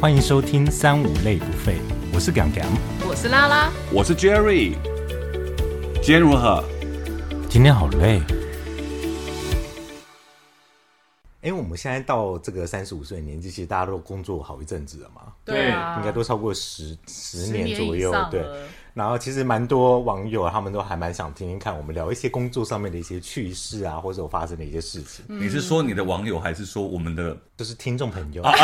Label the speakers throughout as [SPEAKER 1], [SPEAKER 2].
[SPEAKER 1] 欢迎收听三五类不废，我是 Gang Gang。
[SPEAKER 2] 我是拉拉，
[SPEAKER 3] 我是 Jerry。今天如何？
[SPEAKER 1] 今天好累。哎、我们现在到这个三十五岁的年纪，其实大家都工作好一阵子了嘛，
[SPEAKER 2] 对啊，
[SPEAKER 1] 应该都超过十十
[SPEAKER 2] 十
[SPEAKER 1] 年
[SPEAKER 2] 年
[SPEAKER 1] 左
[SPEAKER 2] 以
[SPEAKER 1] 右
[SPEAKER 2] 上，
[SPEAKER 1] 对。
[SPEAKER 2] 了，
[SPEAKER 1] 然后其实蛮多网友他们都还蛮想听听看我们聊一些工作上面的一些趣事啊，或者我发生的一些事情，
[SPEAKER 3] 嗯你是说你的网友，还是说我们的
[SPEAKER 1] 就是听众朋友。
[SPEAKER 3] ？OK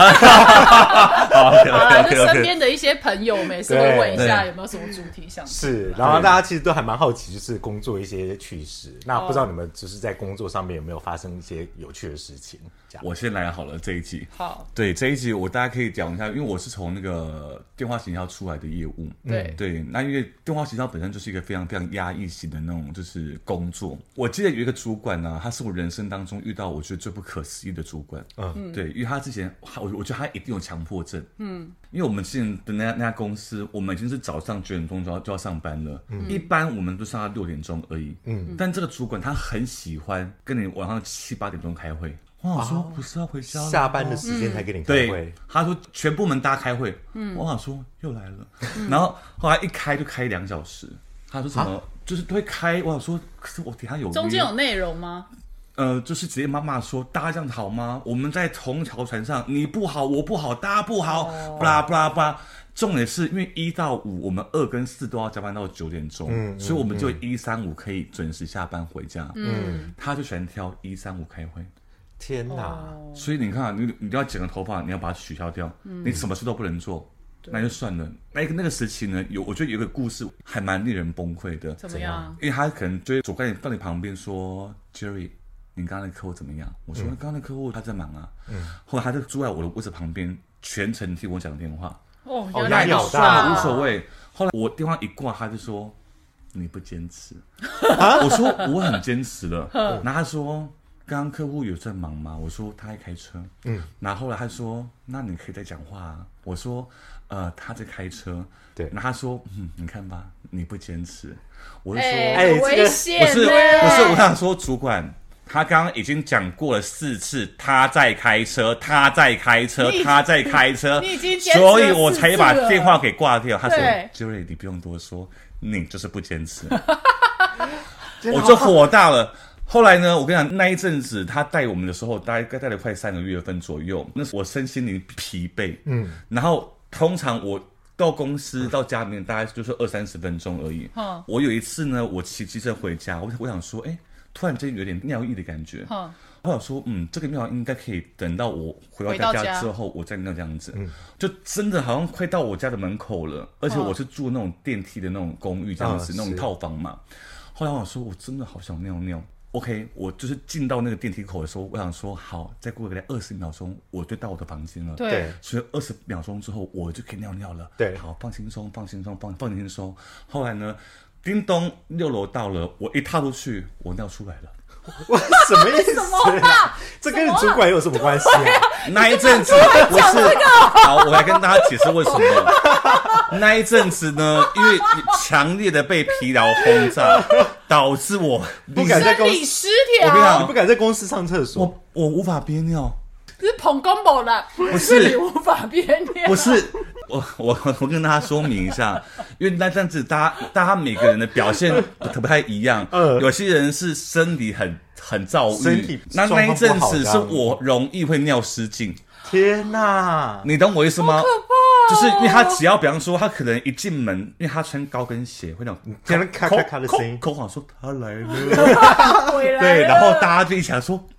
[SPEAKER 2] 好啦，就
[SPEAKER 3] OK
[SPEAKER 2] 身
[SPEAKER 3] OK。
[SPEAKER 2] 边的一些朋友们也是会问一下
[SPEAKER 3] 对
[SPEAKER 2] 有没有什么主题想听
[SPEAKER 1] 是，
[SPEAKER 2] 啊
[SPEAKER 1] 然后大家其实都还蛮好奇，就是工作一些趣事。那不知道你们就是在工作上面有没有发生一些有趣的事情？这样，
[SPEAKER 3] 我先来好了这一集。
[SPEAKER 2] 好，
[SPEAKER 3] 对这一集，我大家可以讲一下，因为我是从那个电话行销出来的业务。
[SPEAKER 2] 对
[SPEAKER 3] 嗯对，那因为电话行销本身就是一个非常非常压抑型的那种，就是工作。我记得有一个主管呢、他是我人生当中遇到我觉得最不可思议的主管。
[SPEAKER 1] 嗯
[SPEAKER 3] 嗯，对，因为他之前，他我我觉得他一定有强迫症。嗯，因为我们之前的那那家公司，我们已经是早上九点钟就要就要上班了，
[SPEAKER 1] 嗯
[SPEAKER 3] 一般我们都上到六点钟而已。嗯，但这个主管他很喜欢跟你晚上七八点钟开会。哇，我说不是要回家了
[SPEAKER 1] 哦下班的时间才给你开
[SPEAKER 3] 嗯对
[SPEAKER 1] 会，，
[SPEAKER 3] 他说全部门大家开会，我想说又来了，然后后来一开就开两小时，他说什么就是都会开，我想说可是我等一下有约
[SPEAKER 2] 中间有内容吗？
[SPEAKER 3] 呃，就是直接妈妈说大家这样子好吗？我们在同一条船上，你不好，我不好，大家不好，布拉布拉布拉。重点是因为一到五，我们二跟四都要加班到九点钟，所以我们就一三五可以准时下班回家。嗯，他就喜欢挑一三五开会。
[SPEAKER 1] 天哪！
[SPEAKER 2] 哦，
[SPEAKER 3] 所以你看啊，你你要剪个头发，你要把它取消掉，
[SPEAKER 2] 嗯
[SPEAKER 3] 你什么事都不能做，那就算了。那个那个时期呢，有我觉得有一个故事还蛮令人崩溃的，
[SPEAKER 2] 怎么样？
[SPEAKER 3] 因为他可能就会走过来到你旁边说：“Jerry，你刚刚那客户怎么样？”我说：“
[SPEAKER 2] 嗯
[SPEAKER 3] 刚刚那客户他在忙啊。”嗯，后来他就坐在我的位置旁边，全程替我讲电话，
[SPEAKER 2] 哦，
[SPEAKER 1] 哦
[SPEAKER 2] 原
[SPEAKER 1] 压
[SPEAKER 2] 来
[SPEAKER 1] 力
[SPEAKER 2] 如
[SPEAKER 1] 好
[SPEAKER 2] 此
[SPEAKER 1] 大
[SPEAKER 3] 算
[SPEAKER 2] 啊
[SPEAKER 3] 了，无所。谓。后来我电话一挂，他就说：“你不坚持。” 我说：“我很坚持了。”然后他说：“刚刚客户有在忙吗？”我说：“他在开车。”嗯，然后后来他说：“那你可以再讲话啊。”我说：“呃，他在开车。”
[SPEAKER 1] 对
[SPEAKER 3] 然后他说：“嗯，你看吧，你不坚持。”我就说：“
[SPEAKER 2] 哎，
[SPEAKER 1] 哎
[SPEAKER 2] 很
[SPEAKER 1] 这
[SPEAKER 2] 危
[SPEAKER 1] 个
[SPEAKER 2] 险
[SPEAKER 3] 不是
[SPEAKER 2] 呢
[SPEAKER 3] 不是，我想说主管。他刚刚已经讲过了四次，他在开车，他在开车
[SPEAKER 2] 你，
[SPEAKER 3] 他在开车，
[SPEAKER 2] 你已经坚持了
[SPEAKER 3] 所以我才把
[SPEAKER 2] 四次了
[SPEAKER 3] 电话给挂掉。他说
[SPEAKER 2] 对
[SPEAKER 3] ：“Jerry，你不用多说，你就是不坚持。”
[SPEAKER 1] 真的
[SPEAKER 3] 我
[SPEAKER 1] 好
[SPEAKER 3] 就火大了。后来呢，我跟你讲，那一阵子他带我们的时候，大概带了快三个月份左右，那时我身心灵疲惫，嗯，然后通常我到公司到家里面大概就是二三十分钟而已。
[SPEAKER 2] 嗯
[SPEAKER 3] 我有一次呢，我骑机车回家，我我想说，哎、突然间有点尿意的感觉，
[SPEAKER 2] 哼
[SPEAKER 3] 我想说，嗯，这个尿应该可以等到我回
[SPEAKER 2] 回
[SPEAKER 3] 到
[SPEAKER 2] 到
[SPEAKER 3] 家
[SPEAKER 2] 家
[SPEAKER 3] 之后，我再尿这样子，就真的好像快到我家的门口了，而且我是住那种电梯的那种公寓这样子，
[SPEAKER 1] 嗯
[SPEAKER 3] 那种
[SPEAKER 1] 是
[SPEAKER 3] 套房嘛。后来我想说，我真的好想尿尿。OK，我就是进到那个电梯口的时候，我想说，好，再过个二十秒钟，我就到我的房间了。
[SPEAKER 2] 对
[SPEAKER 1] 对，
[SPEAKER 3] 所以二十秒钟之后，我就可以尿尿了。
[SPEAKER 1] 对
[SPEAKER 3] 好，放轻松，放轻松，放放轻松。后来呢，叮咚，六楼到了，我一踏出去，我尿出来了。
[SPEAKER 1] 我 什么意思啊？这跟主管有什么关系啊？
[SPEAKER 3] 那一阵子不是好，我来跟大家解释为什么。那一阵子呢，因为强烈的被疲劳轰炸，导致我
[SPEAKER 1] 不敢在
[SPEAKER 2] 生
[SPEAKER 1] 公
[SPEAKER 2] 理
[SPEAKER 1] 司，
[SPEAKER 2] 失
[SPEAKER 3] 我跟你
[SPEAKER 2] 调，
[SPEAKER 3] 讲
[SPEAKER 1] 你不敢在公司上厕所。
[SPEAKER 3] 我我无法憋尿，
[SPEAKER 2] 是捧公某了，不
[SPEAKER 3] 是
[SPEAKER 2] 你无法辨认
[SPEAKER 3] 不。是。我我我跟大家说明一下，因为那阵子大家大家每个人的表现不不太一样，
[SPEAKER 1] 嗯
[SPEAKER 3] 有些人是身体很很躁郁，
[SPEAKER 1] 身体
[SPEAKER 3] 那那一阵
[SPEAKER 1] 状况不好
[SPEAKER 3] 子
[SPEAKER 1] 这
[SPEAKER 3] 是
[SPEAKER 1] 样
[SPEAKER 3] 我容易会尿失禁，
[SPEAKER 1] 天哪！
[SPEAKER 3] 你懂我意思吗？就是因为他只要比方说，他可能一进门，因为他穿高跟鞋，会那种
[SPEAKER 1] 听到嗯咔咔咔的声音
[SPEAKER 3] 口口说他来了，
[SPEAKER 2] 回来
[SPEAKER 3] 对，
[SPEAKER 2] 了
[SPEAKER 3] 然后大家就一起来说，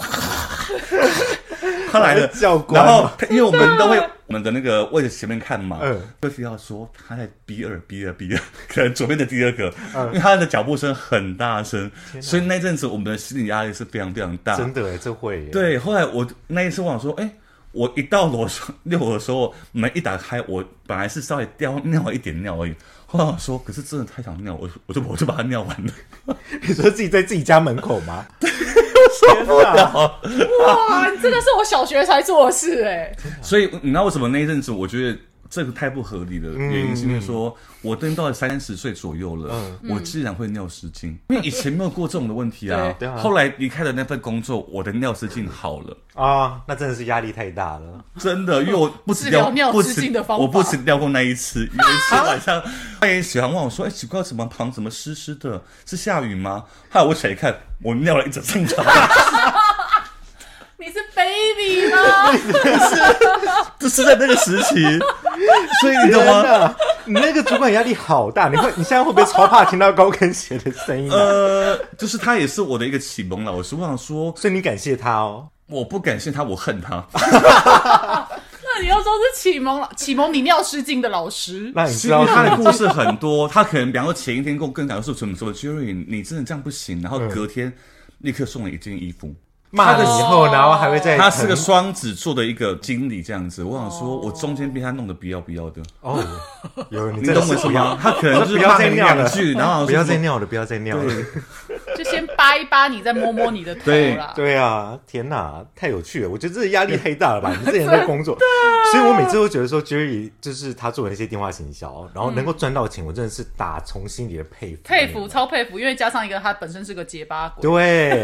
[SPEAKER 3] 他来了，
[SPEAKER 1] 教官吗
[SPEAKER 3] 然后因为我们都会我们的那个位置前面看嘛
[SPEAKER 1] 嗯，
[SPEAKER 3] 会听到说他在 B 二 B 二 B 二， 可能左边的第二个，
[SPEAKER 1] 嗯
[SPEAKER 3] 因为他的脚步声很大声，所以那阵子我们的心理压力是非常非常 大，
[SPEAKER 1] 真的哎，这会耶，
[SPEAKER 3] 对，后来我那一次我想说，哎、我一到楼上六楼的时候，门一打开，我本来是稍微掉尿一点尿而已。后来我说，可是真的太想尿，我我就我就把它尿完了。
[SPEAKER 1] 你说自己在自己家门口 吗？天
[SPEAKER 3] 然
[SPEAKER 1] 哪！
[SPEAKER 3] 后，
[SPEAKER 2] 哇，你这个是我小学才做的事哎，
[SPEAKER 3] 所以你知道为什么那一阵子我觉得这个太不合理的
[SPEAKER 1] 嗯
[SPEAKER 3] 原因，是因为说我等到了三十岁左右了，
[SPEAKER 1] 嗯
[SPEAKER 2] 嗯
[SPEAKER 3] 我自然会尿失禁，因为以前没有过这种的问题啊
[SPEAKER 1] 对对啊。
[SPEAKER 3] 后来离开了那份工作，我的尿失禁好了，
[SPEAKER 1] 啊，那真的是压力太大了。
[SPEAKER 3] 真的，因 为我不
[SPEAKER 2] 治
[SPEAKER 3] 止
[SPEAKER 2] 疗
[SPEAKER 3] 掉
[SPEAKER 2] 尿
[SPEAKER 3] 不
[SPEAKER 2] 失
[SPEAKER 3] 止
[SPEAKER 2] 禁的方法
[SPEAKER 3] 我不止掉过那一次。有一次 晚上，他也喜欢问我说：“哎，奇怪，怎么旁怎么湿湿的？是下雨吗？”害我起来一看，我尿了一整正常。
[SPEAKER 2] 你是 baby 吗？
[SPEAKER 3] 这是在那个时期，所以你懂
[SPEAKER 1] 真
[SPEAKER 3] 吗？
[SPEAKER 1] 的，你那个主管压力好大，你会你现在会不会超怕听到高跟鞋的声音、啊？
[SPEAKER 3] 呃，就是他也是我的一个启蒙老师。我想说，
[SPEAKER 1] 所以你感谢他哦。
[SPEAKER 3] 我不感谢他，我恨 他。
[SPEAKER 2] 那你要说是启蒙了，启蒙你尿失禁的老师，
[SPEAKER 1] 啊那你
[SPEAKER 3] 其
[SPEAKER 1] 知
[SPEAKER 3] 实
[SPEAKER 1] 道
[SPEAKER 3] 他
[SPEAKER 1] 他
[SPEAKER 3] 的
[SPEAKER 1] 的
[SPEAKER 3] 故事很多，他可能比方说前一天跟我跟讲说什么什么 Jerry，你真的这样不行，然后隔天立刻送了一件衣服。
[SPEAKER 1] 骂了以后，
[SPEAKER 2] 哦
[SPEAKER 1] 然后还会再
[SPEAKER 3] 他是个双子座的一个经理，这样子，我想说，我中间被他弄得不要不要的，
[SPEAKER 1] 哦，有你
[SPEAKER 3] 你
[SPEAKER 1] 真的
[SPEAKER 3] 懂
[SPEAKER 1] 是
[SPEAKER 3] 我什么？他可能就是
[SPEAKER 1] 不要
[SPEAKER 3] 骂
[SPEAKER 1] 再
[SPEAKER 3] 你
[SPEAKER 1] 尿了
[SPEAKER 3] 两句，然后
[SPEAKER 1] 不要
[SPEAKER 3] 说
[SPEAKER 1] 再
[SPEAKER 3] 什么。
[SPEAKER 1] 尿了，不要再尿了
[SPEAKER 3] 对。
[SPEAKER 2] 就先扒一扒你，再摸摸你的头 啦。
[SPEAKER 1] 对啊，天哪，太有趣了！我觉得这压力太大了吧？你之前在工作，所以我每次都觉得说，Jerry 就是他做的那些电话行销，然后能够赚到钱，我真的是打从心底的佩服，
[SPEAKER 2] 嗯佩服，。超佩服，因为加上一个他本身是个结巴鬼，
[SPEAKER 1] 对，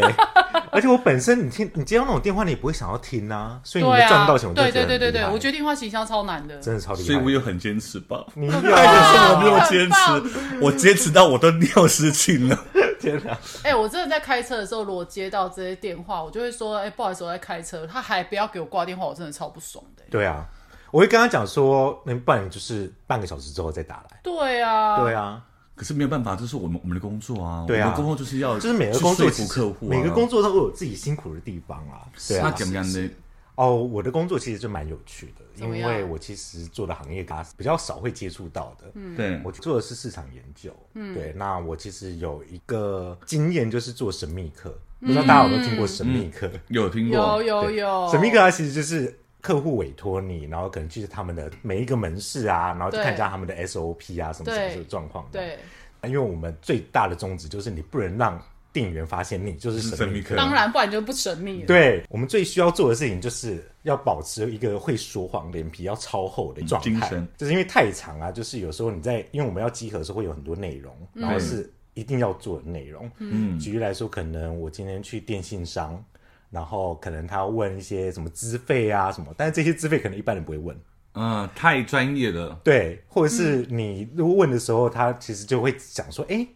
[SPEAKER 1] 而且我本身你听你接到那种电话，你也不会想要听啊，所以你
[SPEAKER 2] 对
[SPEAKER 1] 能
[SPEAKER 2] 啊，
[SPEAKER 1] 赚到钱，我就
[SPEAKER 2] 对
[SPEAKER 1] 觉得很
[SPEAKER 2] 对对对对，
[SPEAKER 1] 厉害
[SPEAKER 2] 我觉得电话行销超难的，
[SPEAKER 1] 真的超厉害。
[SPEAKER 3] 所以我也很坚 持吧。
[SPEAKER 1] 你
[SPEAKER 3] 但是我
[SPEAKER 1] 要
[SPEAKER 3] 没有坚持，我坚持到我都尿失禁了。
[SPEAKER 1] 天哪，
[SPEAKER 2] 哎、我真的在开车的时候，如果接到这些电话，我就会说，哎、不好意思，我在开车。他还不要给我挂电话，我真的超不爽的、欸
[SPEAKER 1] 对啊，我会跟他讲说，那不然你就是半个小时之后再打来。
[SPEAKER 2] 对啊，
[SPEAKER 1] 对啊，
[SPEAKER 3] 可是没有办法，这是我们我们的工作啊。
[SPEAKER 1] 对啊
[SPEAKER 3] 我们的工作就是要
[SPEAKER 1] 就是每个工作
[SPEAKER 3] 去说服客户、啊，
[SPEAKER 1] 每个工作都会有自己辛苦的地方啊。对
[SPEAKER 3] 那
[SPEAKER 1] 啊，
[SPEAKER 3] 怎么样呢？
[SPEAKER 1] 哦，我的工作其实就蛮有趣的，
[SPEAKER 2] 怎么
[SPEAKER 1] 因
[SPEAKER 2] 样
[SPEAKER 1] 为我其实做的行业大家比较少会接触到的。嗯，
[SPEAKER 3] 对，
[SPEAKER 1] 我做的是市场研究。嗯，对，那我其实有一个经验，就是做神秘客。不知道大家有没有听过神秘客？
[SPEAKER 3] 有听
[SPEAKER 2] 有
[SPEAKER 3] 过，
[SPEAKER 2] 嗯有
[SPEAKER 1] 对
[SPEAKER 2] 有，
[SPEAKER 1] 神秘客它其实就是客户委托你，然后可能去他们的每一个门市啊，然后就
[SPEAKER 2] 对
[SPEAKER 1] 看一下他们的 SOP 啊，什么什
[SPEAKER 2] 对
[SPEAKER 1] 么状况。，
[SPEAKER 2] 对，
[SPEAKER 1] 因为我们最大的宗旨就是你不能让店员发现你就是
[SPEAKER 3] 是
[SPEAKER 1] 神秘
[SPEAKER 3] 神秘
[SPEAKER 1] 客
[SPEAKER 3] 客。
[SPEAKER 2] 当然不然就不神 秘了。
[SPEAKER 1] 对我们最需要做的事情，就是要保持一个会说谎、脸皮要超厚的状态。
[SPEAKER 3] 精神
[SPEAKER 1] 就是因为太长啊，就是有时候你在，因为我们要集合的时候会有很多内容，然后是一定要做的内容。嗯，举例来说，可能我今天去电信商，然后可能他问一些什么资费啊什么，但是这些资费可能一般人不会问。
[SPEAKER 3] 嗯、太专业了。
[SPEAKER 1] 对，或者是你如果问的时候，他其实就会讲说，哎、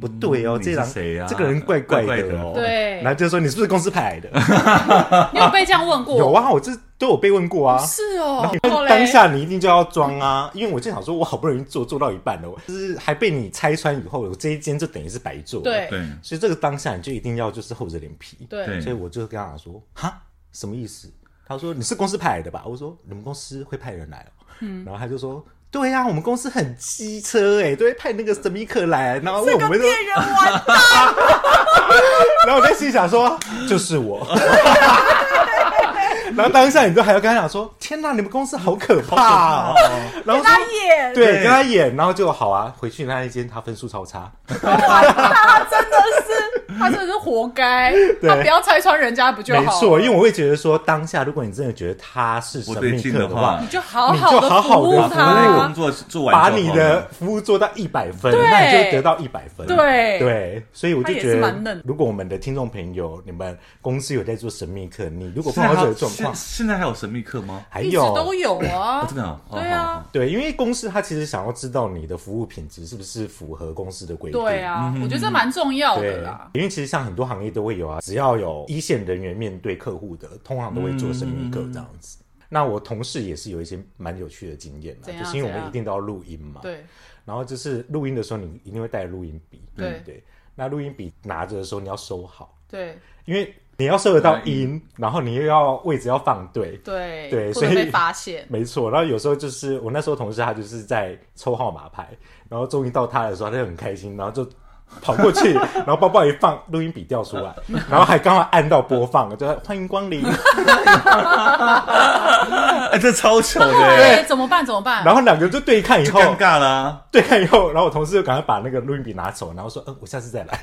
[SPEAKER 1] 不对哦，
[SPEAKER 3] 嗯
[SPEAKER 1] 这
[SPEAKER 3] 你是
[SPEAKER 1] 张
[SPEAKER 3] 谁啊
[SPEAKER 1] 这个人怪怪
[SPEAKER 3] 怪怪
[SPEAKER 1] 的
[SPEAKER 3] 的
[SPEAKER 1] 哦，
[SPEAKER 2] 对
[SPEAKER 1] 然后就说你是不是公司派来的？
[SPEAKER 2] 你有被这样问过？
[SPEAKER 1] 有啊，我这都有被问过啊。
[SPEAKER 2] 是哦，
[SPEAKER 1] 但
[SPEAKER 2] 后嘞
[SPEAKER 1] 当下你一定就要装啊，因为我就想说，我好不容易做做到一半了，我就是还被你拆穿以后，我这一间就等于是白做。
[SPEAKER 2] 对，
[SPEAKER 3] 对，
[SPEAKER 1] 所以这个当下你就一定要就是厚着脸皮。
[SPEAKER 2] 对
[SPEAKER 3] 对
[SPEAKER 1] 所以我就跟他讲说，哈，什么意思？他说你是公司派来的吧？我说你们公司会派人来哦。嗯，然后他就说。对啊呀、我们公司很机车哎、都会派那个神秘客来，啊然后问我们说，
[SPEAKER 2] 人玩
[SPEAKER 1] 然后我就心想说，就是我。 然后当下你就还要跟他讲说，天哪，你们公司好可怕、哦！ 然后说
[SPEAKER 2] 演，
[SPEAKER 1] 对，
[SPEAKER 3] 对
[SPEAKER 1] 跟他演，然后就好啊，回去那一间他分数超差，
[SPEAKER 2] 他真的是，他真的是活该，
[SPEAKER 1] 对
[SPEAKER 2] 他不要拆穿人家不就好
[SPEAKER 1] 没
[SPEAKER 2] 了？
[SPEAKER 1] 错，因为我会觉得说，当下如果你真的觉得他是
[SPEAKER 3] 不
[SPEAKER 1] 神
[SPEAKER 3] 对
[SPEAKER 1] 秘
[SPEAKER 3] 劲
[SPEAKER 1] 客
[SPEAKER 3] 的
[SPEAKER 1] 的话
[SPEAKER 3] 话，
[SPEAKER 2] 你就好
[SPEAKER 1] 你就好
[SPEAKER 2] 的
[SPEAKER 1] 好地
[SPEAKER 2] 服务
[SPEAKER 1] 服务
[SPEAKER 3] 我那个
[SPEAKER 2] 他
[SPEAKER 3] 工，作做完
[SPEAKER 1] 把
[SPEAKER 3] 就好
[SPEAKER 1] 你
[SPEAKER 3] 了
[SPEAKER 1] 的服务做到一百分，
[SPEAKER 2] 对
[SPEAKER 1] 那你就会得到一百分。
[SPEAKER 2] 对
[SPEAKER 1] 对，所以我就
[SPEAKER 2] 他也
[SPEAKER 1] 觉
[SPEAKER 2] 是
[SPEAKER 1] 得
[SPEAKER 2] 蛮嫩，
[SPEAKER 1] 如果我们的听众朋友，你们公司有在做神秘客，你如果
[SPEAKER 3] 现
[SPEAKER 1] 碰
[SPEAKER 3] 在
[SPEAKER 1] 到这
[SPEAKER 3] 还
[SPEAKER 1] 个
[SPEAKER 3] 有
[SPEAKER 1] 状况
[SPEAKER 3] 现，现在还有神秘课吗？
[SPEAKER 1] 还
[SPEAKER 2] 一直都
[SPEAKER 1] 有。
[SPEAKER 2] 有啊
[SPEAKER 3] 啊，，真的啊，哦
[SPEAKER 2] 对啊，
[SPEAKER 1] 对，因为公司它其实想要知道你的服务品质是不是符合公司的规定。
[SPEAKER 2] 对啊，我觉得这蛮重要的
[SPEAKER 1] 对
[SPEAKER 2] 啦。，
[SPEAKER 1] 因为其实像很多行业都会有啊，只要有一线人员面对客户的，通常都会做生意课
[SPEAKER 2] 嗯
[SPEAKER 1] 这样子。那我同事也是有一些蛮有趣的经验啦，
[SPEAKER 2] 怎样
[SPEAKER 1] 就是因为我
[SPEAKER 2] 怎
[SPEAKER 1] 们
[SPEAKER 2] 样
[SPEAKER 1] 一定都要录音嘛，，
[SPEAKER 2] 对，
[SPEAKER 1] 然后就是录音的时候，你一定会带录音笔，
[SPEAKER 2] 对
[SPEAKER 1] 对，那录音笔拿着的时候你要收好，
[SPEAKER 2] 对
[SPEAKER 1] 因为你要收得到音，然后你又要位置要放对，
[SPEAKER 2] 对
[SPEAKER 1] 对
[SPEAKER 2] 不能
[SPEAKER 1] 所以
[SPEAKER 2] 被发现。
[SPEAKER 1] 没错。然后有时候就是我那时候同事他就是在抽号码牌，然后终于到他的时候，他就很开心，然后就跑过去，然后包包一放，录音笔掉出来，然后还刚好按到播放，就欢迎光临。
[SPEAKER 3] 哎，这超糗
[SPEAKER 2] 那后
[SPEAKER 3] 的，
[SPEAKER 2] 来怎么办？怎么办？
[SPEAKER 1] 然后两个人就对看以
[SPEAKER 3] 就
[SPEAKER 1] 后，
[SPEAKER 3] 尴尬啦。
[SPEAKER 1] 对看以后，然后我同事就赶快把那个录音笔拿走，然后说：“嗯，我下次再来。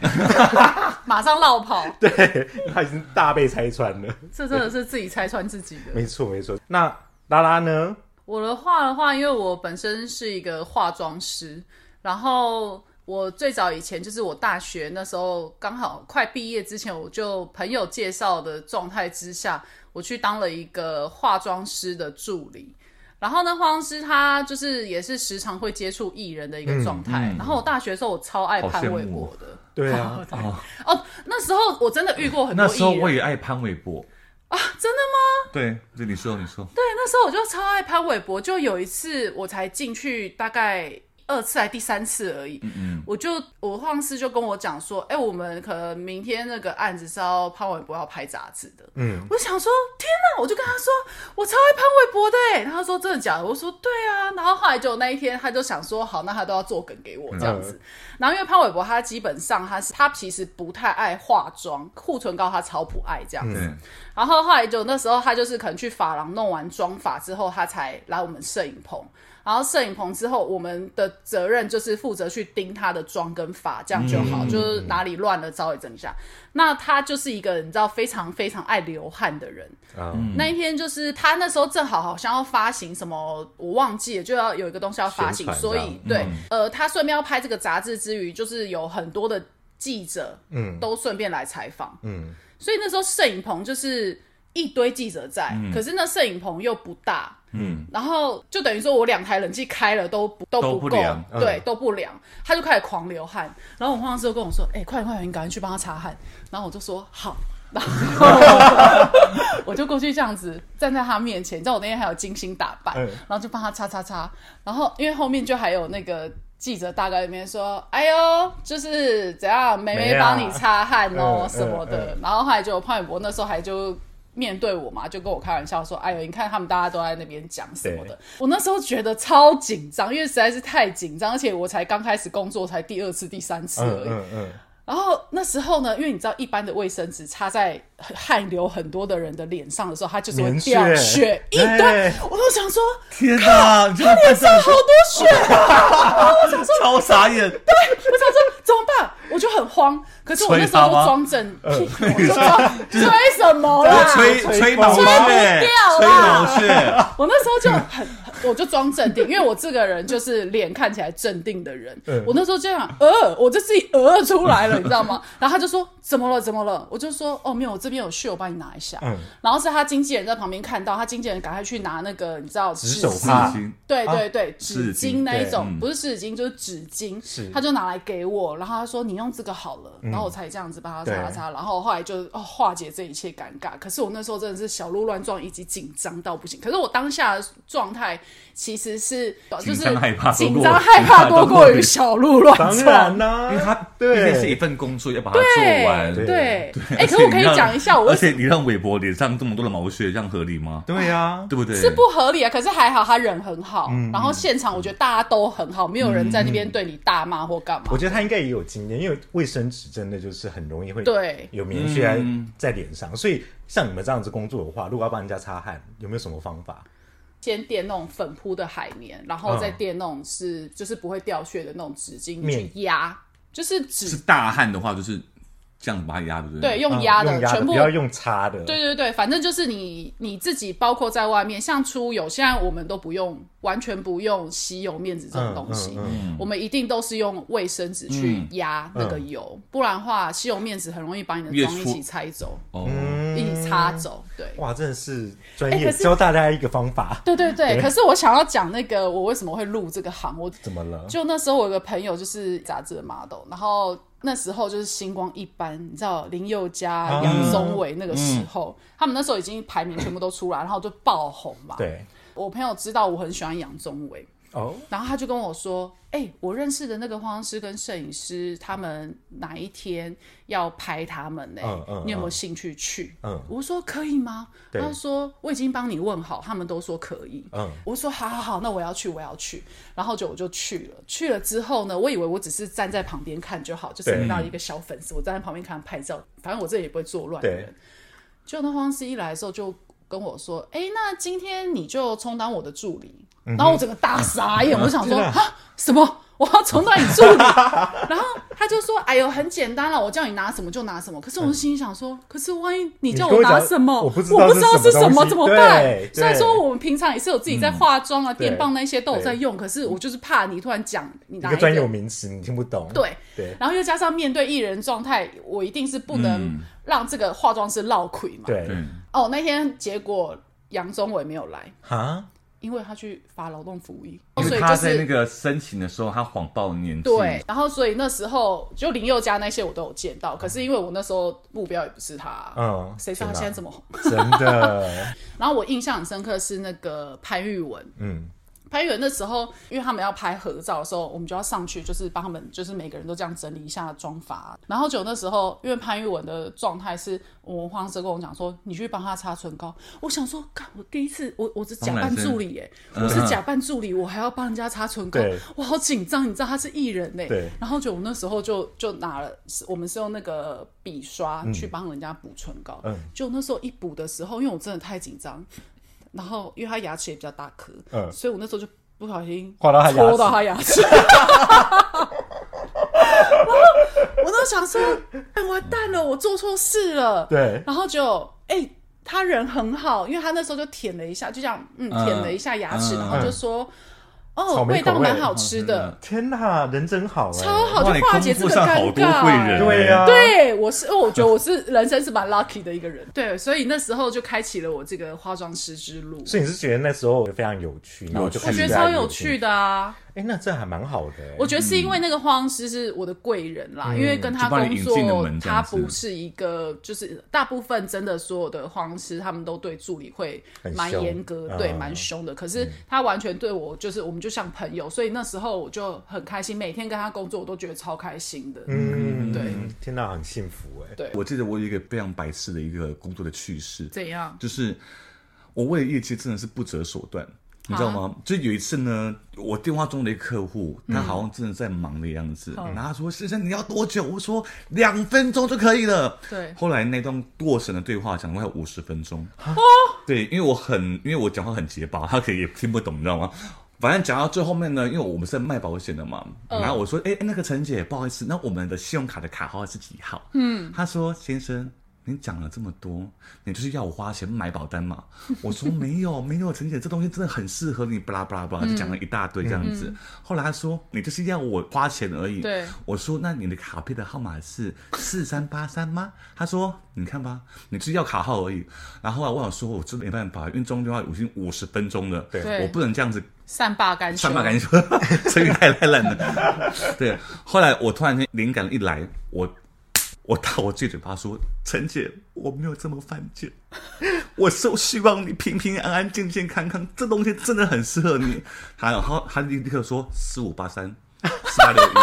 [SPEAKER 2] 马上绕跑，”
[SPEAKER 1] 对，因为他已经大被拆穿了。
[SPEAKER 2] 这真的是自己拆穿自己的。
[SPEAKER 1] 没错，没错。那拉拉呢？
[SPEAKER 2] 我的话的话，因为我本身是一个化妆师，然后我最早以前就是我大学那时候刚好快毕业之前，我就朋友介绍的状态之下，我去当了一个化妆师的助理。然后呢，化妆师他就是也是时常会接触艺人的一个状态。然后我大学的时候，我超爱
[SPEAKER 3] 嗯好
[SPEAKER 2] 潘
[SPEAKER 3] 羡
[SPEAKER 2] 玮柏
[SPEAKER 3] 慕哦
[SPEAKER 2] 的。
[SPEAKER 1] 对啊，
[SPEAKER 2] 哦，那时候我真的遇过很多艺
[SPEAKER 3] 那
[SPEAKER 2] 人。
[SPEAKER 3] 时候我也爱潘玮柏啊，
[SPEAKER 2] 真
[SPEAKER 3] 的吗？对，对，你说，你说，
[SPEAKER 2] 对，那时候我就超爱潘玮柏，就有一次我才进去大概二次还第三次而已，
[SPEAKER 3] 嗯
[SPEAKER 2] 我就我化妆师就跟我讲说，哎、我们可能明天那个案子是要潘玮柏要拍杂志的，
[SPEAKER 1] 嗯，
[SPEAKER 2] 我想说天哪，我就跟他说我超爱潘玮柏的、欸，然后他说真的假的？我说对啊，然后后来就那一天他就想说好，那他都要做梗给我这样子，
[SPEAKER 3] 嗯
[SPEAKER 2] 然后因为潘玮柏他基本上他是他其实不太爱化妆，护唇膏他超不爱这样子。
[SPEAKER 3] 对，
[SPEAKER 2] 然后后来就那时候他就是可能去发廊弄完妆发之后，他才来我们摄影棚。然后摄影棚之后，我们的责任就是负责去盯他的妆跟发，这样就
[SPEAKER 1] 嗯
[SPEAKER 2] 好，就是哪里乱了稍微整一下。那他就是一个你知道非常非常爱流汗的人。
[SPEAKER 1] 啊，
[SPEAKER 2] 那一天就是他那时候正好好像要发行什么，我忘记了，就要有一个东西要发
[SPEAKER 1] 宣
[SPEAKER 2] 行，
[SPEAKER 1] 传
[SPEAKER 2] 所
[SPEAKER 1] 这
[SPEAKER 2] 以
[SPEAKER 1] 样嗯
[SPEAKER 2] 对，呃，他顺便要拍这个杂志之余，就是有很多的记者
[SPEAKER 1] 嗯
[SPEAKER 2] 都顺便来采访。
[SPEAKER 1] 嗯，
[SPEAKER 2] 所以那时候摄影棚就是一堆记者在，
[SPEAKER 1] 嗯
[SPEAKER 2] 可是那摄影棚又不大，
[SPEAKER 3] 嗯，
[SPEAKER 2] 然后就等于说我两台冷气开了都不都
[SPEAKER 3] 都
[SPEAKER 2] 不
[SPEAKER 3] 不
[SPEAKER 2] 够，
[SPEAKER 3] 凉
[SPEAKER 1] 嗯
[SPEAKER 2] 对，都不凉，他就开始狂流汗。然后我化妆师就跟我说：“哎、快点快点，你赶快去帮他擦汗。”然后我就说：“好。” 然后我就过去这样子站在他面前，你知道我那天还有精心打扮，
[SPEAKER 1] 嗯
[SPEAKER 2] 然后就帮他擦擦擦。然后因为后面就还有那个记者大概里面说：“哎呦，就是怎样，梅
[SPEAKER 1] 没
[SPEAKER 2] 梅
[SPEAKER 1] 啊
[SPEAKER 2] 帮你擦汗哦
[SPEAKER 1] 嗯
[SPEAKER 2] 什么的。然后后来就潘玮柏那时候还就面对我嘛，就跟我开玩笑说：“哎呦，你看他们大家都在那边讲什么的。”我那时候觉得超紧张，因为实在是太紧张，而且我才刚开始工作，才第二次、第三次而
[SPEAKER 1] 嗯
[SPEAKER 2] 已。
[SPEAKER 1] 嗯嗯，
[SPEAKER 2] 然后那时候呢，因为你知道，一般的卫生纸擦在汗流很多的人的脸上的时候，它就是会
[SPEAKER 1] 棉
[SPEAKER 2] 掉
[SPEAKER 1] 屑
[SPEAKER 2] 血一堆
[SPEAKER 1] 对。
[SPEAKER 2] 我都想说，
[SPEAKER 3] 天哪，你这个班上
[SPEAKER 2] 好多血
[SPEAKER 3] 超傻眼，
[SPEAKER 2] 啊我想说怎么办？我就很慌，可是我那时候就装正，
[SPEAKER 1] 嗯
[SPEAKER 2] 我就 装吹什么啦？
[SPEAKER 3] 吹
[SPEAKER 1] 吹
[SPEAKER 3] 吹
[SPEAKER 1] 爆啊
[SPEAKER 3] 毛
[SPEAKER 1] 吹
[SPEAKER 3] 屑，
[SPEAKER 1] 不
[SPEAKER 2] 掉
[SPEAKER 3] 吹
[SPEAKER 2] 啦
[SPEAKER 3] 毛屑。
[SPEAKER 2] 我那时候就很，很我就装镇定，因为我这个人就是脸看起来镇定的人。
[SPEAKER 1] 嗯
[SPEAKER 2] 我那时候就想，呃，我就自己呃出来了，你知道吗？然后他就说怎么了，怎么了？我就说哦，没有，我这边有血，我帮你拿一下。
[SPEAKER 1] 嗯
[SPEAKER 2] 然后是他经纪人在旁边看到，他经纪人赶快去拿那个你知道
[SPEAKER 1] 纸手
[SPEAKER 2] 巾
[SPEAKER 1] 帕
[SPEAKER 3] 嗯
[SPEAKER 2] 对
[SPEAKER 1] 啊
[SPEAKER 2] 对对，纸
[SPEAKER 3] 湿纸
[SPEAKER 2] 巾
[SPEAKER 3] 巾
[SPEAKER 2] 那一
[SPEAKER 1] 对
[SPEAKER 2] 种，
[SPEAKER 3] 嗯
[SPEAKER 2] 不是湿纸巾就是纸
[SPEAKER 1] 是
[SPEAKER 2] 巾，他就拿来给我，然后他说你用这个好了，然后我才这样子帮他擦擦
[SPEAKER 1] 对
[SPEAKER 2] 擦，然后后来就哦化解这一切尴尬。可是我那时候真的是小鹿乱撞，以及紧张到不行。可是我当下的状态其实是就
[SPEAKER 3] 紧
[SPEAKER 2] 是
[SPEAKER 3] 张害怕多
[SPEAKER 2] 紧
[SPEAKER 3] 过
[SPEAKER 2] 张
[SPEAKER 3] 于
[SPEAKER 2] 害
[SPEAKER 3] 害
[SPEAKER 2] 怕
[SPEAKER 3] 怕
[SPEAKER 2] 多
[SPEAKER 3] 多
[SPEAKER 2] 过
[SPEAKER 3] 过
[SPEAKER 2] 于
[SPEAKER 3] 于
[SPEAKER 2] 小鹿乱
[SPEAKER 1] 当
[SPEAKER 2] 撞
[SPEAKER 1] 然。
[SPEAKER 2] 啊
[SPEAKER 1] 啦，
[SPEAKER 3] 因为它毕
[SPEAKER 1] 对
[SPEAKER 3] 竟是一份工作，要把它做完。
[SPEAKER 2] 对
[SPEAKER 1] 对
[SPEAKER 2] 哎、可我可以讲一下，我
[SPEAKER 3] 而
[SPEAKER 2] 为什
[SPEAKER 3] 且你让韦伯脸上这么多的毛屑，这样合理吗？
[SPEAKER 1] 对啊，
[SPEAKER 3] 对不对？
[SPEAKER 2] 是不合理啊，可是还好他人很好，然后现场我觉得大家都很好，没有人在那边对你大骂或干嘛。
[SPEAKER 1] 我觉得他应该也有经验，因为卫生纸真的就是很容易会
[SPEAKER 2] 对
[SPEAKER 1] 有棉絮在
[SPEAKER 3] 嗯
[SPEAKER 1] 在脸上，所以像你们这样子工作的话，如果要帮人家擦汗，有没有什么方法？
[SPEAKER 2] 先垫那种粉扑的海绵，然
[SPEAKER 1] 嗯
[SPEAKER 2] 后再垫那种是、就是不会掉屑的那种纸巾
[SPEAKER 1] 面
[SPEAKER 2] 去压，就是
[SPEAKER 3] 是
[SPEAKER 2] 纸
[SPEAKER 3] 大汗的话，就是这样子把它压，对不
[SPEAKER 2] 对
[SPEAKER 3] 对？
[SPEAKER 2] 用压的、
[SPEAKER 1] 嗯用压
[SPEAKER 2] 全部
[SPEAKER 1] 不要用擦的，
[SPEAKER 2] 对对对，反正就是你你自己，包括在外面，像出游，现在我们都不用，完全不用吸油面纸这种东西，
[SPEAKER 1] 嗯
[SPEAKER 2] 我们一定都是用卫生纸去压那个油，
[SPEAKER 1] 嗯
[SPEAKER 2] 不然的话，吸油面纸很容易把你的
[SPEAKER 3] 越
[SPEAKER 2] 妆一
[SPEAKER 3] 粗
[SPEAKER 2] 起拆走，
[SPEAKER 3] 哦，
[SPEAKER 2] 一起擦走，对。
[SPEAKER 1] 嗯哇，真的是专
[SPEAKER 2] 哎可
[SPEAKER 1] 业，
[SPEAKER 2] 是
[SPEAKER 1] 教大家一个方法，
[SPEAKER 2] 对对对，可是我想要讲那个，我为什么会入这个行，我
[SPEAKER 1] 怎么了？
[SPEAKER 2] 就那时候我有个朋友就是杂志的 model，然后那时候就是星光一般，你知道林宥嘉、
[SPEAKER 1] 啊嗯
[SPEAKER 2] 杨宗纬那个时候，他们那时候已经排名全部都出来，然后就爆红嘛。，
[SPEAKER 1] 对，
[SPEAKER 2] 我朋友知道我很喜欢杨宗纬，
[SPEAKER 1] 哦，
[SPEAKER 2] 然后他就跟我说：“哎、我认识的那个化妆师跟摄影师，他们哪一天要拍他们呢、
[SPEAKER 1] 嗯嗯
[SPEAKER 2] 你有没有兴趣去？”
[SPEAKER 1] 嗯
[SPEAKER 2] 我说：“可以吗？”
[SPEAKER 1] 对
[SPEAKER 2] 他说：“我已经帮你问好，他们都说可以。”
[SPEAKER 1] 嗯
[SPEAKER 2] 我说：“好好好，那我要去，我要去。”然后就我就去了。去了之后呢，我以为我只是站在旁边看就好，就是
[SPEAKER 1] 对
[SPEAKER 2] 你到一个小粉丝，我站在旁边看拍照，反正我这里也不会作乱的
[SPEAKER 1] 对
[SPEAKER 2] 人。就那化妆师一来的时候就跟我说：“哎、那
[SPEAKER 1] 嗯
[SPEAKER 2] 今天你就充当我的助理。然后我整个大傻眼，我就想说啊，什么？我要从哪里助理？ 然后他就说：“哎呦，很简单了，我叫你拿什么就拿什么。”可是我心里想说：“可是万一你
[SPEAKER 1] 嗯
[SPEAKER 2] 叫
[SPEAKER 1] 你跟我
[SPEAKER 2] 拿
[SPEAKER 1] 讲
[SPEAKER 2] 什么，
[SPEAKER 1] 我
[SPEAKER 2] 我
[SPEAKER 1] 不知道
[SPEAKER 2] 不
[SPEAKER 1] 是
[SPEAKER 2] 知道是
[SPEAKER 1] 什么
[SPEAKER 2] 什么，
[SPEAKER 1] 东西
[SPEAKER 2] 怎么
[SPEAKER 1] 对
[SPEAKER 2] 办？”
[SPEAKER 1] 对嗯
[SPEAKER 2] 虽然说我们平常也是有自己在化妆啊、
[SPEAKER 1] 对
[SPEAKER 2] 电棒那些都有在用，可是我就是怕你突然讲你
[SPEAKER 1] 一
[SPEAKER 2] 拿
[SPEAKER 1] 个专有名词你听不懂，
[SPEAKER 2] 对，
[SPEAKER 1] 对
[SPEAKER 2] 然后又加上面对艺人状态，我一定是不能
[SPEAKER 3] 嗯
[SPEAKER 2] 让这个化妆师落亏嘛。
[SPEAKER 1] 对
[SPEAKER 3] 对，
[SPEAKER 2] 哦，那天结果杨宗纬没有来，
[SPEAKER 1] 哈，
[SPEAKER 2] 因为他去发劳动服务役，
[SPEAKER 3] 因
[SPEAKER 2] 所
[SPEAKER 3] 为
[SPEAKER 2] 以就
[SPEAKER 3] 他在那
[SPEAKER 2] 是。
[SPEAKER 3] 个申请的时候，他谎报年纪，
[SPEAKER 2] 对，，然后所以那时候就林宥嘉那些我都有见到，可是因为我那时候目标也不是他，啊
[SPEAKER 1] 嗯
[SPEAKER 2] 谁知道他
[SPEAKER 1] 天哪
[SPEAKER 2] 现在这么红？
[SPEAKER 1] 真的，
[SPEAKER 2] 然后我印象很深刻是那个潘玉文，
[SPEAKER 1] 嗯，
[SPEAKER 2] 拍员那时候，因为他们要拍合照的时候，我们就要上去，就是帮他们，就是每个人都这样整理一下妆发。然后就那时候，因为潘玉文的状态是，我黄师跟我讲说，你去帮他擦唇膏。我想说，干，我第一次，我我只假扮助理耶、我是假扮助理，我还要帮人家擦唇膏
[SPEAKER 1] 对，
[SPEAKER 2] 我好紧张，你知道他是艺人呢、
[SPEAKER 1] 对
[SPEAKER 2] 然后就我那时候就就拿了，是我们是用那个笔刷去帮人家补唇膏。
[SPEAKER 1] 嗯
[SPEAKER 2] 就那时候一补的时候，因为我真的太紧张，然后因为他牙齿也比较大颗，
[SPEAKER 1] 嗯
[SPEAKER 2] 所以我那时候就不小心
[SPEAKER 1] 划到他牙齿
[SPEAKER 2] 戳到他牙 齿。然后我都想说，哎、完蛋了，我做错事了。
[SPEAKER 1] 对
[SPEAKER 2] 然后就哎、他人很好，因为他那时候就舔了一下，就这样，嗯，
[SPEAKER 3] 嗯
[SPEAKER 2] 舔了一下牙齿，
[SPEAKER 3] 嗯
[SPEAKER 2] 然后就说，哦，
[SPEAKER 1] 草莓
[SPEAKER 2] 味道
[SPEAKER 1] 口味嗯
[SPEAKER 2] 蛮好吃的，
[SPEAKER 1] 天哪，人真好哎，
[SPEAKER 2] 超好，
[SPEAKER 3] 哇，
[SPEAKER 2] 就
[SPEAKER 3] 你
[SPEAKER 2] 化
[SPEAKER 3] 空
[SPEAKER 2] 解这
[SPEAKER 3] 腹
[SPEAKER 2] 个
[SPEAKER 3] 上好
[SPEAKER 2] 尴
[SPEAKER 3] 多贵
[SPEAKER 2] 尬。
[SPEAKER 3] 人，
[SPEAKER 1] 对啊
[SPEAKER 2] 对，我是，因哦为我觉得我是人生是蛮 lucky 的一个人，对，所以那时候就开启了我这个化妆师之路，
[SPEAKER 1] 所以你是觉得那时候非常有趣，然后就
[SPEAKER 2] 我
[SPEAKER 1] 开始
[SPEAKER 2] 觉得
[SPEAKER 1] 越来
[SPEAKER 2] 超
[SPEAKER 1] 越
[SPEAKER 2] 有趣，的啊！
[SPEAKER 1] 哎，那这还蛮好的欸，
[SPEAKER 2] 我觉得是因为那个化妆师是我的贵人啦，因为跟他
[SPEAKER 3] 嗯就帮
[SPEAKER 2] 工
[SPEAKER 3] 你引
[SPEAKER 2] 作
[SPEAKER 3] 进了门，这
[SPEAKER 2] 他
[SPEAKER 3] 样子
[SPEAKER 2] 不是一个就是大部分真的所有的化妆师他们都对助理会
[SPEAKER 1] 很
[SPEAKER 2] 蛮
[SPEAKER 1] 凶
[SPEAKER 2] 严格，对，
[SPEAKER 3] 啊
[SPEAKER 1] 嗯
[SPEAKER 2] 蛮凶的。可是他完全对我就是我们就像朋友，所以那时候我就很开心，每天跟他工作我都觉得超开心的。
[SPEAKER 1] 嗯，
[SPEAKER 2] 对，
[SPEAKER 1] 天哪，很幸福哎，
[SPEAKER 2] 对，
[SPEAKER 3] 我记得我有一个非常白痴的一个工作的趣事，
[SPEAKER 2] 怎样？
[SPEAKER 3] 就是我为了业绩真的是不择手段，你知道吗？就有一次呢，我电话中的一个客户，他好像真的在忙的样子，然后他说：“先生，你要多久？”我说：“两分钟就可以了。”
[SPEAKER 2] 对
[SPEAKER 3] 后来那段过程的对话讲了快五十分钟。哦，对，因为我很，因为我讲话很结巴，他可以也听不懂，你知道吗？反正讲到最后面呢，因为我们是卖保险的嘛，
[SPEAKER 2] 嗯
[SPEAKER 3] 然后我说，哎、那个陈姐，不好意思，那我们的信用卡的卡号是几号？嗯，他说，先生，你讲了这么多，你就是要我花钱买保 单嘛？我说没有，没有，陈姐，这东西真的很适合你，巴拉巴拉巴
[SPEAKER 2] 嗯
[SPEAKER 3] 拉，就讲了一大堆这样子。后来他说，你就是要我花钱而已。
[SPEAKER 2] 对
[SPEAKER 3] 我说，那你的卡片的号码是四三八三吗？他说，你看吧，你就是要卡号而已。然后后来啊我想说，我真的没办法，因为中间的话已经五十分钟了，
[SPEAKER 2] 对
[SPEAKER 3] 我不能这样子
[SPEAKER 2] 善罢甘休，
[SPEAKER 3] 上马感觉说成语太太烂了。对，后来我突然间灵感一来，我我到我自己嘴巴说：“陈姐，我没有这么犯贱，我是希望你平平安安、健健康康，这东西真的很适合你。”他然后他立刻说：“四五八三，四八六一。”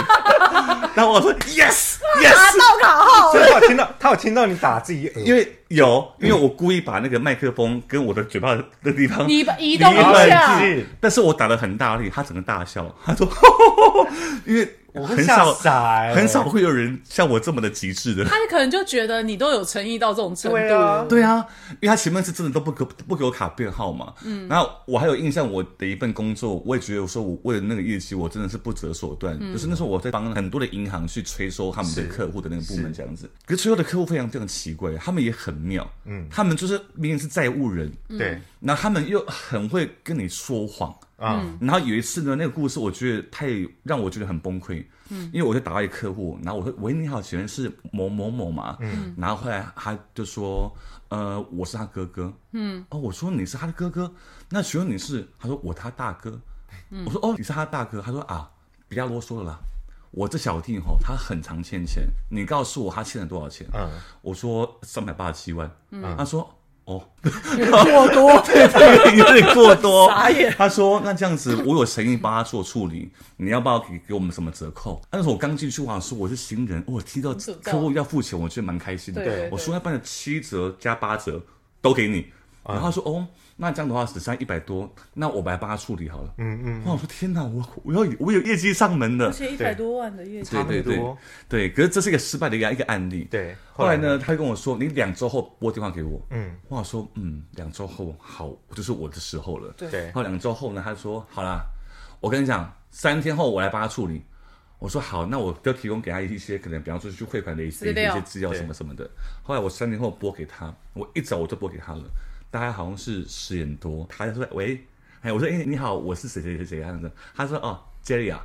[SPEAKER 3] 然后我说：“Yes,
[SPEAKER 2] 拿
[SPEAKER 3] yes。”
[SPEAKER 2] 到卡号。
[SPEAKER 1] 所以他有听 到，他有听到你打自己耳，
[SPEAKER 3] 因为有，因为我故意把那个麦克风跟我的嘴巴的地方
[SPEAKER 2] 你 把移动一
[SPEAKER 3] 离很
[SPEAKER 2] 下
[SPEAKER 3] 近但是我打的很大力，他整个大笑，他说， 因为
[SPEAKER 1] 我会
[SPEAKER 3] 很少
[SPEAKER 1] 吓傻欸
[SPEAKER 3] 很少会有人像我这么的极致的。
[SPEAKER 2] 他可能就觉得你都有诚意到这种程度，
[SPEAKER 1] 对啊
[SPEAKER 3] 对啊，因为他前面是真的都不给不给我卡编号嘛，嗯，然后我还有印象，我的一份工作，我也觉得我说我为了那个业绩，我真的是不择手段，
[SPEAKER 2] 嗯
[SPEAKER 3] 就是那时候我在帮很多的银行去催收他们的客户的那个部门这样子，可是催收的客户非常非常奇怪，他们也很妙，嗯，他们就是明明是债务人，
[SPEAKER 2] 嗯
[SPEAKER 1] 对，
[SPEAKER 3] 那他们又很会跟你说谎。
[SPEAKER 1] 啊，
[SPEAKER 3] 然后有一次呢，那个故事我觉得太让我觉得很崩溃，嗯，因为我就打到一个客户，然后我说：“喂，你好，请问是某某某嘛？”嗯，然后后来他就说：“呃，我是他哥哥。”嗯，哦，我说你是他的哥哥，那请问你是？他说我他大哥。我说哦，你是他大哥。他说啊，不要啰嗦了啦，我这小弟吼，他很常欠钱，你告诉我他欠了多少钱？
[SPEAKER 1] 嗯
[SPEAKER 3] 我说三百八十七万。嗯，他说哦，
[SPEAKER 2] 过 多。
[SPEAKER 3] 有点过多。
[SPEAKER 2] 傻眼
[SPEAKER 3] 他说：“那这样子，我有诚意帮他做处理，你要不要给给我们什么折扣？”那时候我刚进去，我想说我是新人，我听到
[SPEAKER 2] 知道
[SPEAKER 3] 客户要付钱，我觉得蛮开心的。
[SPEAKER 2] 对对
[SPEAKER 3] 我
[SPEAKER 2] 对
[SPEAKER 3] 说要办的七折加八折都给你。然后他说：“哦，那这样的话只剩一百多，那我来帮他处理好了。”嗯嗯。哇！我说天哪，我我要我有业绩上门的
[SPEAKER 2] 而。且一百多万的业绩，
[SPEAKER 3] 对
[SPEAKER 1] 差不
[SPEAKER 3] 对对
[SPEAKER 1] 多
[SPEAKER 3] 对，可是这是一个失败的一个一个案例。
[SPEAKER 1] 对
[SPEAKER 3] 后
[SPEAKER 1] 后来
[SPEAKER 3] 来呢，他就跟我说：“你两周后拨电话给我。”嗯，我想说：“嗯，两周后好，就是我的时候了。”
[SPEAKER 2] 对
[SPEAKER 1] 对
[SPEAKER 3] 然后两周后呢，他说：“好啦，我跟你讲，三天后我来帮他处理。我说好，那我就提供给他一些可能，比方说去汇款的一些
[SPEAKER 2] 资
[SPEAKER 3] 一
[SPEAKER 2] 料
[SPEAKER 3] 些资料
[SPEAKER 1] 对
[SPEAKER 3] 什么什么的。后来我三天后拨给他，我一早我就拨给他了，大概好像是十点多，他就说喂，哎，我说哎、你好，我是谁谁谁谁这样子，他说哦 Jerry 啊，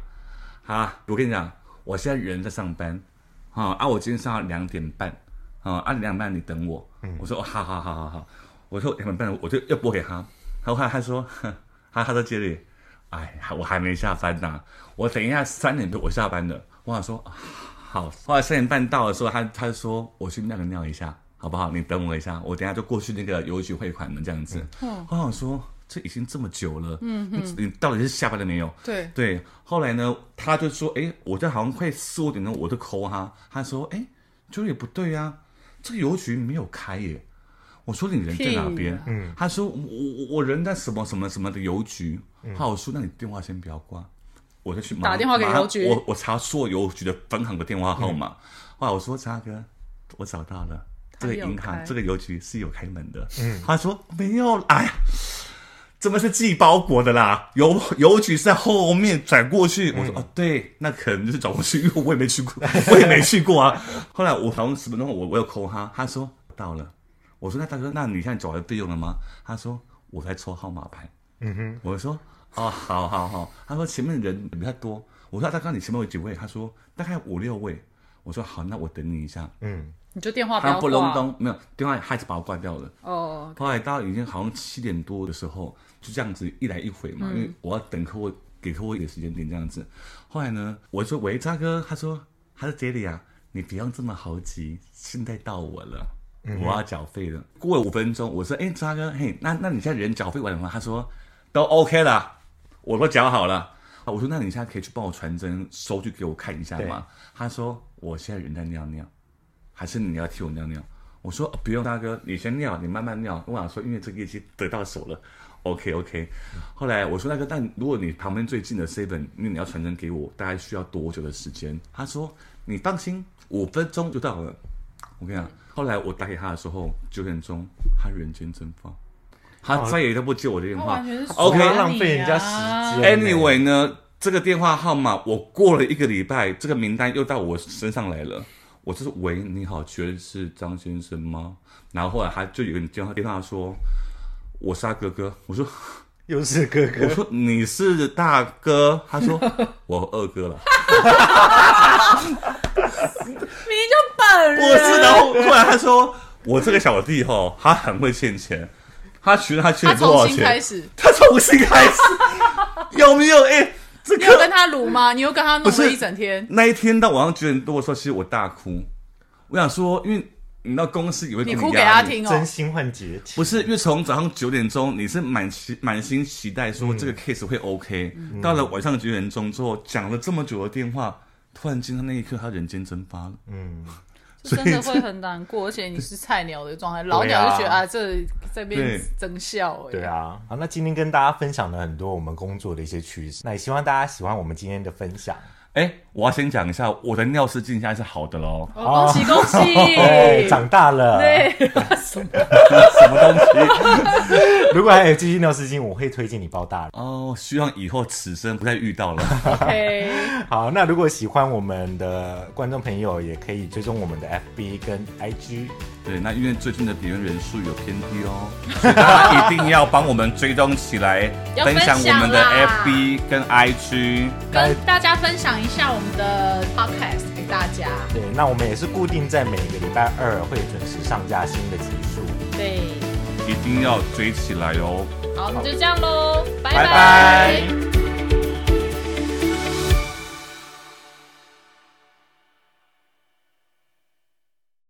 [SPEAKER 3] 啊，我跟你讲，我现在人在上班，啊啊，我今天上到两点半，啊啊两点半你等我，我说哦好好好好好，我说两点半我就要拨给他，然后来他说，哼他他说 Jerry。哎，我还没下班呐、我等一下三点多我下班了。我想说，啊好，后来三点半到的时候，他他说我去尿个尿一下，好不好？你等我一下，我等一下就过去那个邮局汇款了，这样子。我想说，这已经这么久了，嗯你你到底是下班了没有？
[SPEAKER 2] 对，
[SPEAKER 3] 对，后来呢，他就说，哎，我这好像快四五点钟，我就抠他，他说，哎，就也不对啊，这个邮局没有开耶。我说你人在哪
[SPEAKER 2] 屁
[SPEAKER 3] 边
[SPEAKER 2] 啊？
[SPEAKER 3] 嗯，他说我我我人在什么什么什么的邮局。他我说那你电话先不要挂，我就去马
[SPEAKER 2] 嗯
[SPEAKER 3] 上
[SPEAKER 2] 打电话给
[SPEAKER 3] 马上
[SPEAKER 2] 邮局嗯
[SPEAKER 3] 我我查所有邮局的分行的电话号码。后来我说查哥，我找到了。这
[SPEAKER 2] 他
[SPEAKER 3] 个
[SPEAKER 2] 有
[SPEAKER 3] 银
[SPEAKER 2] 开
[SPEAKER 3] 行、这个邮局是有开门的。嗯，他说没有，哎呀，怎么是寄包裹的啦？邮邮局是在后面转过去。我说、哦，对，那可能就是转过去，因为我也没去过，我也没去过 啊。后来我好像十分钟后，我我有 call 他，他说到了。我说那大哥，那你现在缴完费用了吗？他说我在抽号码牌。嗯哼，我说哦，好好好。他说前面人比较多。我说大哥，你前面有几位？他说大概五六位。我说好，那我等你一下。
[SPEAKER 2] 你就电话
[SPEAKER 3] 他
[SPEAKER 2] 不
[SPEAKER 3] 不
[SPEAKER 2] 要
[SPEAKER 3] 隆
[SPEAKER 2] 挂
[SPEAKER 3] 咚，没有电话，还是把我挂掉了。
[SPEAKER 2] 哦，
[SPEAKER 3] 后来到已经好像七点多的时候，就这样子一来一回嘛，
[SPEAKER 2] 嗯
[SPEAKER 3] 因为我要等客户给客户一个时间点这样子。后来呢，我说喂，渣哥，他说他说杰里啊，你不要这么猴急，现在到我了。我要缴费了。过了五分钟，我说：“哎、渣哥，嘿，那那你现在人缴费完了吗？”他说：“都 OK 了，我都缴好了。”我说：“那你现在可以去帮我传真收据给我看一下吗？”他说：“我现在人在尿尿。”还是你要替我尿尿？我说、哦不用，大哥，你先尿，你慢慢尿。我想说，因为这个业绩得到手了，OK OK。后来我说，大哥，但如果你旁边最近的 seven，因为你要传真给我，大概需要多久的时间？他说，你放心，五分钟就到了。我跟你讲，后来我打给他的时候九点钟，他人间蒸发，他再也都不接我的电
[SPEAKER 2] 他
[SPEAKER 3] 话
[SPEAKER 2] 完。全是
[SPEAKER 3] OK，
[SPEAKER 2] 耍你啊
[SPEAKER 1] 浪费人家时间
[SPEAKER 3] Anyway 呢，这个电话号码我过了一个礼拜，这个名单又到我身上来了。我就是喂，你好，请问是张先生吗？然后后来他就有人电话电话说，我是他哥哥。我说
[SPEAKER 1] 又是哥
[SPEAKER 3] 我
[SPEAKER 1] 哥，
[SPEAKER 3] 说你是大哥，他说我二哥了。
[SPEAKER 2] 明明就本人，
[SPEAKER 3] 我是，然后后来他说我这个小弟吼，他很会欠钱，他觉得他欠
[SPEAKER 2] 他
[SPEAKER 3] 了多少
[SPEAKER 2] 重新开
[SPEAKER 3] 钱？
[SPEAKER 2] 始，
[SPEAKER 3] 他重新开始， 有没有？哎、这
[SPEAKER 2] 你有
[SPEAKER 3] 个
[SPEAKER 2] 跟他撸吗？你又跟他弄
[SPEAKER 3] 不
[SPEAKER 2] 了
[SPEAKER 3] 是
[SPEAKER 2] 一整天，
[SPEAKER 3] 那一天到晚上九点多的时候，其实我大哭。我想说，因为你知道公司也会给
[SPEAKER 2] 你
[SPEAKER 3] 你
[SPEAKER 2] 哭给他
[SPEAKER 3] 压力，
[SPEAKER 2] 听
[SPEAKER 1] 真
[SPEAKER 2] 哦，
[SPEAKER 1] 心换绝情，
[SPEAKER 3] 不是因为从早上九点钟你是满期满心期待说这个 case 会 OK，、到了晚上九点钟之后，讲了这么久的电话，突然间他那一刻他人间蒸发了。
[SPEAKER 2] 就真的会很难过，而且你是菜鸟的状态，老
[SPEAKER 1] 对
[SPEAKER 2] 鸟
[SPEAKER 1] 啊
[SPEAKER 2] 就觉得啊，这这边
[SPEAKER 3] 对
[SPEAKER 2] 真笑哎，。
[SPEAKER 1] 对，啊，好，那今天跟大家分享了很多我们工作的一些趣事，那也希望大家喜欢我们今天的分享。
[SPEAKER 3] 哎，我要先讲一下，我的尿失禁现在是好的喽
[SPEAKER 2] 哦恭喜恭喜，
[SPEAKER 1] 对，哎哦长大了。
[SPEAKER 2] 对，
[SPEAKER 3] 什么东西？
[SPEAKER 1] 如果还有继续尿失禁，我会推荐你包大人。
[SPEAKER 3] 哦，希望以后此生不再遇到了。
[SPEAKER 2] OK，
[SPEAKER 1] 好，那如果喜欢我们的观众朋友，也可以追踪我们的 FB 跟 IG。
[SPEAKER 3] 对，那因为最近的点阅人数有偏 低哦，所以大家一定要帮我们追踪起来
[SPEAKER 2] 要，分
[SPEAKER 3] 分享我们的
[SPEAKER 2] 享啦
[SPEAKER 3] FB 跟 IG。
[SPEAKER 2] 跟大家分享一下我们的 podcast 给大家，
[SPEAKER 1] 对，那我们也是固定在每个礼拜二会准时上架新的集数。
[SPEAKER 2] 对，
[SPEAKER 3] 一定要追起来哦。
[SPEAKER 2] 好，那就这样喽，拜
[SPEAKER 1] 拜拜